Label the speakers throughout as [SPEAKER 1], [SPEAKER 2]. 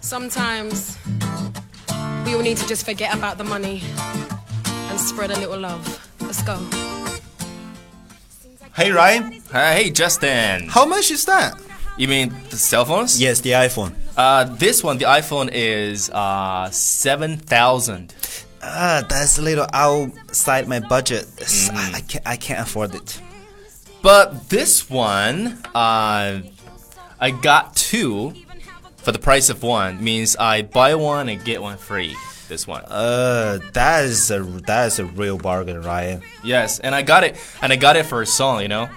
[SPEAKER 1] Sometimes we all need to just forget about the money and spread a little love. Let's go.
[SPEAKER 2] Hey Ryan,
[SPEAKER 3] Hey, Justin.
[SPEAKER 2] how much is that?
[SPEAKER 3] You mean the cell phones?
[SPEAKER 2] Yes, the iPhone.
[SPEAKER 3] Uh, this one, the iPhone, is uh, 7,000.
[SPEAKER 2] Ah, that's a little outside my budget. S- I, I can't, I can't afford it.
[SPEAKER 3] But this one, uh, I got two for the price of one. Means I buy one and get one free. This one.
[SPEAKER 2] Uh, that is a that is a real bargain, Ryan.
[SPEAKER 3] yes, and I got it. And I got it for a song, you know?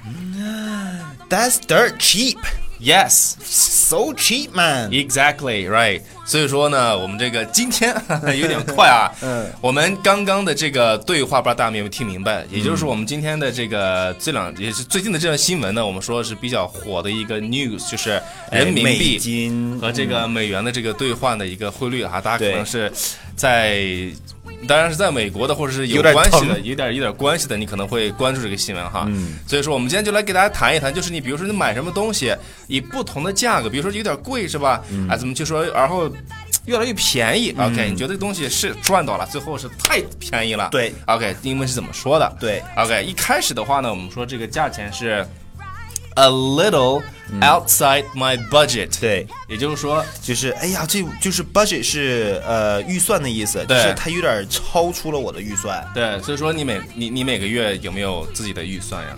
[SPEAKER 2] That's dirt cheap,
[SPEAKER 3] Yes.
[SPEAKER 2] so cheap, man.
[SPEAKER 3] Exactly right，所以说呢，我们这个今天 有点快 啊。嗯，我们刚刚的这个对话，不知道大家有没有听明
[SPEAKER 2] 嗯
[SPEAKER 3] 白？也就是说，我们今天的这个这两，也是最近的这条新闻呢，我们说是比较火的一个 news，就是人民
[SPEAKER 2] 哎美
[SPEAKER 3] 币
[SPEAKER 2] 金
[SPEAKER 3] 和这个美元的这个兑换的一个汇率啊，大家可能
[SPEAKER 2] 嗯对
[SPEAKER 3] 是在。当然是在美国的，或者是有
[SPEAKER 2] 有点
[SPEAKER 3] 关系
[SPEAKER 2] 疼
[SPEAKER 3] 的，有点有点关系的，你可能会关注这个新闻哈。嗯，所以说我们今天就来给大家谈一谈，就是你比如说你买什么东西，以不同的价格，比如说有点贵是吧？
[SPEAKER 2] 嗯
[SPEAKER 3] 啊，怎么就说然后。嘖越来越便宜，OK？、你觉得这个东西是赚到了，最后是太便宜了，
[SPEAKER 2] 对
[SPEAKER 3] ，OK？英文是怎么说的？
[SPEAKER 2] 对
[SPEAKER 3] ，OK。一开始的话呢，我们说这个价钱是 a little
[SPEAKER 2] 嗯
[SPEAKER 3] outside my budget，、
[SPEAKER 2] 对，
[SPEAKER 3] 也就是说，
[SPEAKER 2] 就是哎呀，这就是 budget 是呃预算的意思，就
[SPEAKER 3] 对
[SPEAKER 2] 是它有点超出了我的预算。
[SPEAKER 3] 对，所以说你每你你每个月有没有自己的预算呀？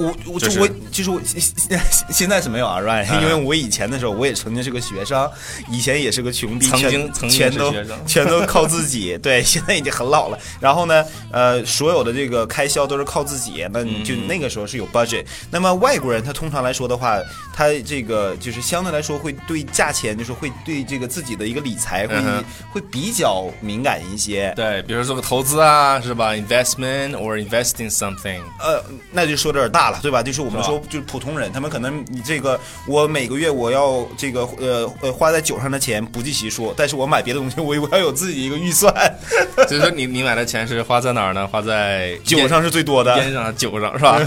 [SPEAKER 2] 我我
[SPEAKER 3] 就嗯
[SPEAKER 2] 就是我就是我现现现在是没有啊，Ryan，因为我以前的时候我也曾经是个学生，以前也是个穷逼，
[SPEAKER 3] 曾
[SPEAKER 2] 全
[SPEAKER 3] 经曾经
[SPEAKER 2] 全
[SPEAKER 3] 是
[SPEAKER 2] 都
[SPEAKER 3] 学生
[SPEAKER 2] 全都靠自己， 对，现在已经很老了。然后呢，呃，所有的这个开销都是靠自己，那你就
[SPEAKER 3] 嗯
[SPEAKER 2] 那个时候是有 budget。那么外国人他通常来说的话，他这个就是相对来说会对价钱，就是会对这个自己的一个理财会
[SPEAKER 3] 嗯哼
[SPEAKER 2] 会比较敏感一些。
[SPEAKER 3] 对，比如说做个投资啊，是吧？Investment or investing something。
[SPEAKER 2] 呃，那就说有点大了，对吧？就是我们
[SPEAKER 3] 是吧
[SPEAKER 2] 说，就是普通人，他们可能你这个，我每个月我要这个呃呃花在酒上的钱不计其数，但是我买别的东西，我我要有自己一个 预算，
[SPEAKER 3] 所以说你你买的钱是花在哪儿呢？花在
[SPEAKER 2] 酒上是最多
[SPEAKER 3] 烟、
[SPEAKER 2] 的。
[SPEAKER 3] 烟上、酒上是吧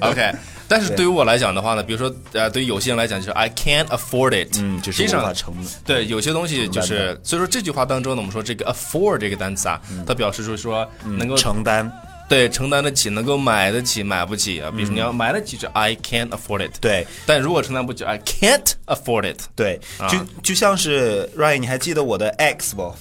[SPEAKER 3] ？OK。但是对于我来讲的话呢，比如说呃，对于有些人来讲就是 I can't afford it，
[SPEAKER 2] 嗯，就是
[SPEAKER 3] 实
[SPEAKER 2] 无
[SPEAKER 3] 际
[SPEAKER 2] 法
[SPEAKER 3] 上。
[SPEAKER 2] 成本。
[SPEAKER 3] 对，有些东西就
[SPEAKER 2] 承担
[SPEAKER 3] 是，所以说这句话当中呢，我们说这个 afford 这个单词啊，它表示就是说能够
[SPEAKER 2] 嗯承担，
[SPEAKER 3] 对承担得起，能够买得起，买不起啊。比如说你要买得起，就 I can't afford it。，
[SPEAKER 2] 嗯对
[SPEAKER 3] 但如果承担不起，I can't afford it。
[SPEAKER 2] 对，
[SPEAKER 3] 啊
[SPEAKER 2] 就就像是 Ryan，你还记得我的 ex 不？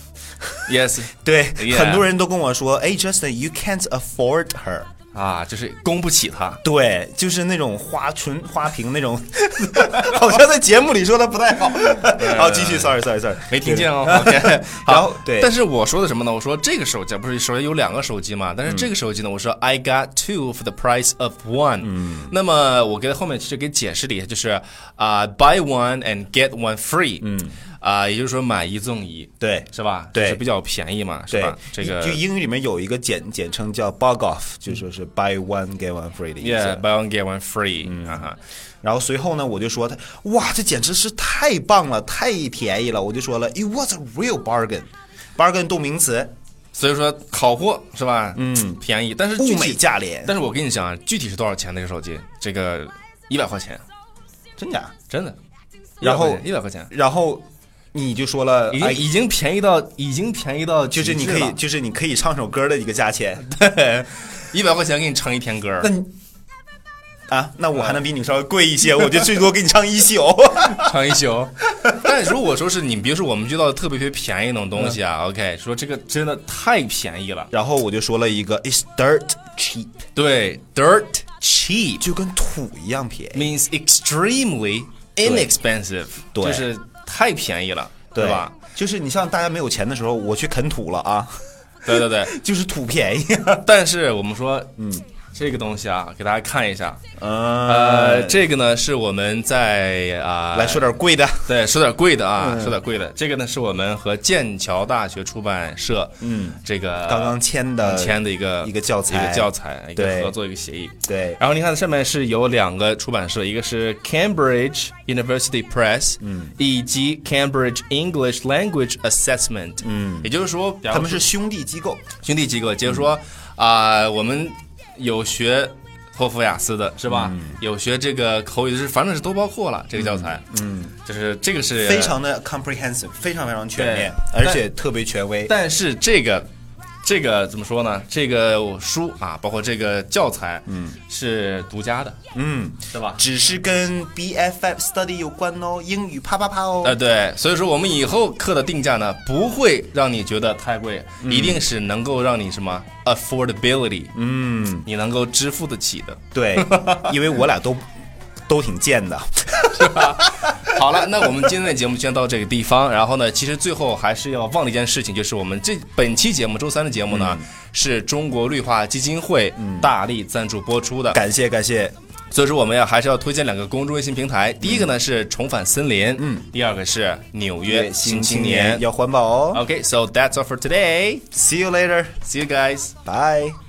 [SPEAKER 3] Yes，
[SPEAKER 2] 对
[SPEAKER 3] Yeah
[SPEAKER 2] 很多人都跟我说，哎，Justin，you can't afford her。
[SPEAKER 3] 啊，就是供不起他。
[SPEAKER 2] 对，就是那种花纯花瓶那种， 好像在节目里说的不太好。好，继续，sorry sorry sorry，
[SPEAKER 3] 没听见哦。OK，好
[SPEAKER 2] 然后对
[SPEAKER 3] 但是我说的什么呢？我说这个手机不是手机有两个手机嘛？
[SPEAKER 2] 嗯
[SPEAKER 3] 但是这个手机呢，我说 I got two for the price of one。嗯，那么我给后面其实给解释了一下，就是啊、buy one and get one free。嗯，啊、也就是说买一赠一，
[SPEAKER 2] 对
[SPEAKER 3] 是吧？
[SPEAKER 2] 对
[SPEAKER 3] 就是比较便宜嘛，是吧？这
[SPEAKER 2] 对，
[SPEAKER 3] 个
[SPEAKER 2] 就英语里面有一个简简称叫 bug off，就说是 buy one get one free 的意思。嗯
[SPEAKER 3] Yeah, buy one get one free，啊哈，
[SPEAKER 2] 然后随后呢，我就说他，哇，这简直是太棒了，太便宜了。我就说了，it was a real bargain。bargain 动名词，
[SPEAKER 3] 所以说好货是吧？嗯，便宜，但是具
[SPEAKER 2] 物
[SPEAKER 3] 体
[SPEAKER 2] 美价廉，
[SPEAKER 3] 但是我跟你讲啊，具体是多少钱那个手机？这个一百块钱，
[SPEAKER 2] 真假？
[SPEAKER 3] 真的。
[SPEAKER 2] 然后
[SPEAKER 3] 一百块钱，
[SPEAKER 2] 然后你就说了，
[SPEAKER 3] 已经
[SPEAKER 2] 哎，
[SPEAKER 3] 已经便宜到已经便宜到
[SPEAKER 2] 就
[SPEAKER 3] 极致
[SPEAKER 2] 是
[SPEAKER 3] 了，
[SPEAKER 2] 你可以，就是你可以唱首歌的一个价钱。
[SPEAKER 3] 一百块钱给你唱一天歌儿
[SPEAKER 2] 那，你啊，那我还能比你稍微贵一些，我就最多给你唱一宿。
[SPEAKER 3] 唱一宿。但如果说是你，比如说我们遇到特别特别便宜那种东西
[SPEAKER 2] 嗯
[SPEAKER 3] 啊，OK，说这个真的太便宜了，
[SPEAKER 2] 然后我就说了一个，it's dirt cheap，
[SPEAKER 3] 对，dirt cheap
[SPEAKER 2] 就跟土一样便宜。
[SPEAKER 3] means extremely inexpensive，
[SPEAKER 2] 对
[SPEAKER 3] 就是太便宜了，
[SPEAKER 2] 对
[SPEAKER 3] 吧？？
[SPEAKER 2] 就是你像大家没有钱的时候，我去啃土了啊，
[SPEAKER 3] 对对对，
[SPEAKER 2] 就是土便宜。
[SPEAKER 3] 但是我们说，嗯，这个东西啊，给大家看一下，呃，
[SPEAKER 2] 呃，
[SPEAKER 3] 这个呢是我们在啊、
[SPEAKER 2] 来说嗯点贵的，
[SPEAKER 3] 对，说点贵的啊，说点贵的。这个呢，是我们和剑桥大学出版社，嗯，这个
[SPEAKER 2] 刚刚呃签的
[SPEAKER 3] 签的一个
[SPEAKER 2] 一个教材
[SPEAKER 3] 一个教材，一个
[SPEAKER 2] 对
[SPEAKER 3] 合作一个协议。
[SPEAKER 2] 对
[SPEAKER 3] 然后你看上面是有两个出版社，一个是 Cambridge University Press，嗯，以及 Cambridge English Language Assessment，嗯，也就是说
[SPEAKER 2] 他们是兄弟机构，
[SPEAKER 3] 兄弟机构，也就是说啊、我们有学托福、雅思的是吧？有学这个口语的，是反正是都包括了这个教材。嗯，就是这个是
[SPEAKER 2] 非常的 comprehensive，非常非常全面，
[SPEAKER 3] 对
[SPEAKER 2] 而且特别权威。
[SPEAKER 3] 但是这个这个怎么说呢？这个我书啊，包括这个教材，嗯，是独家的，
[SPEAKER 2] 嗯，
[SPEAKER 3] 是吧？
[SPEAKER 2] 只是跟 BFF study 有关哦，英语啪啪啪哦。
[SPEAKER 3] 呃，对，所以说我们以后课的定价呢，不会让你觉得太贵，一定是能够让你什么 affordability，嗯，你能够支付得起的。
[SPEAKER 2] 对，因为我俩都都挺贱的。
[SPEAKER 3] 好了，那我们今天的节目就先到这个地方。然后呢，其实最后还是要忘了一件事情，就是我们这本期节目周三的节目呢，是中国绿化基金会大力赞助播出的。
[SPEAKER 2] 感谢感谢，
[SPEAKER 3] 所以说我们要还是要推荐两个公众微信平台，第一个呢是重返森林，嗯，第二个是纽约新青年。
[SPEAKER 2] 要环保哦。
[SPEAKER 3] Okay, so that's all for today.
[SPEAKER 2] See you later.
[SPEAKER 3] See you guys.
[SPEAKER 2] Bye.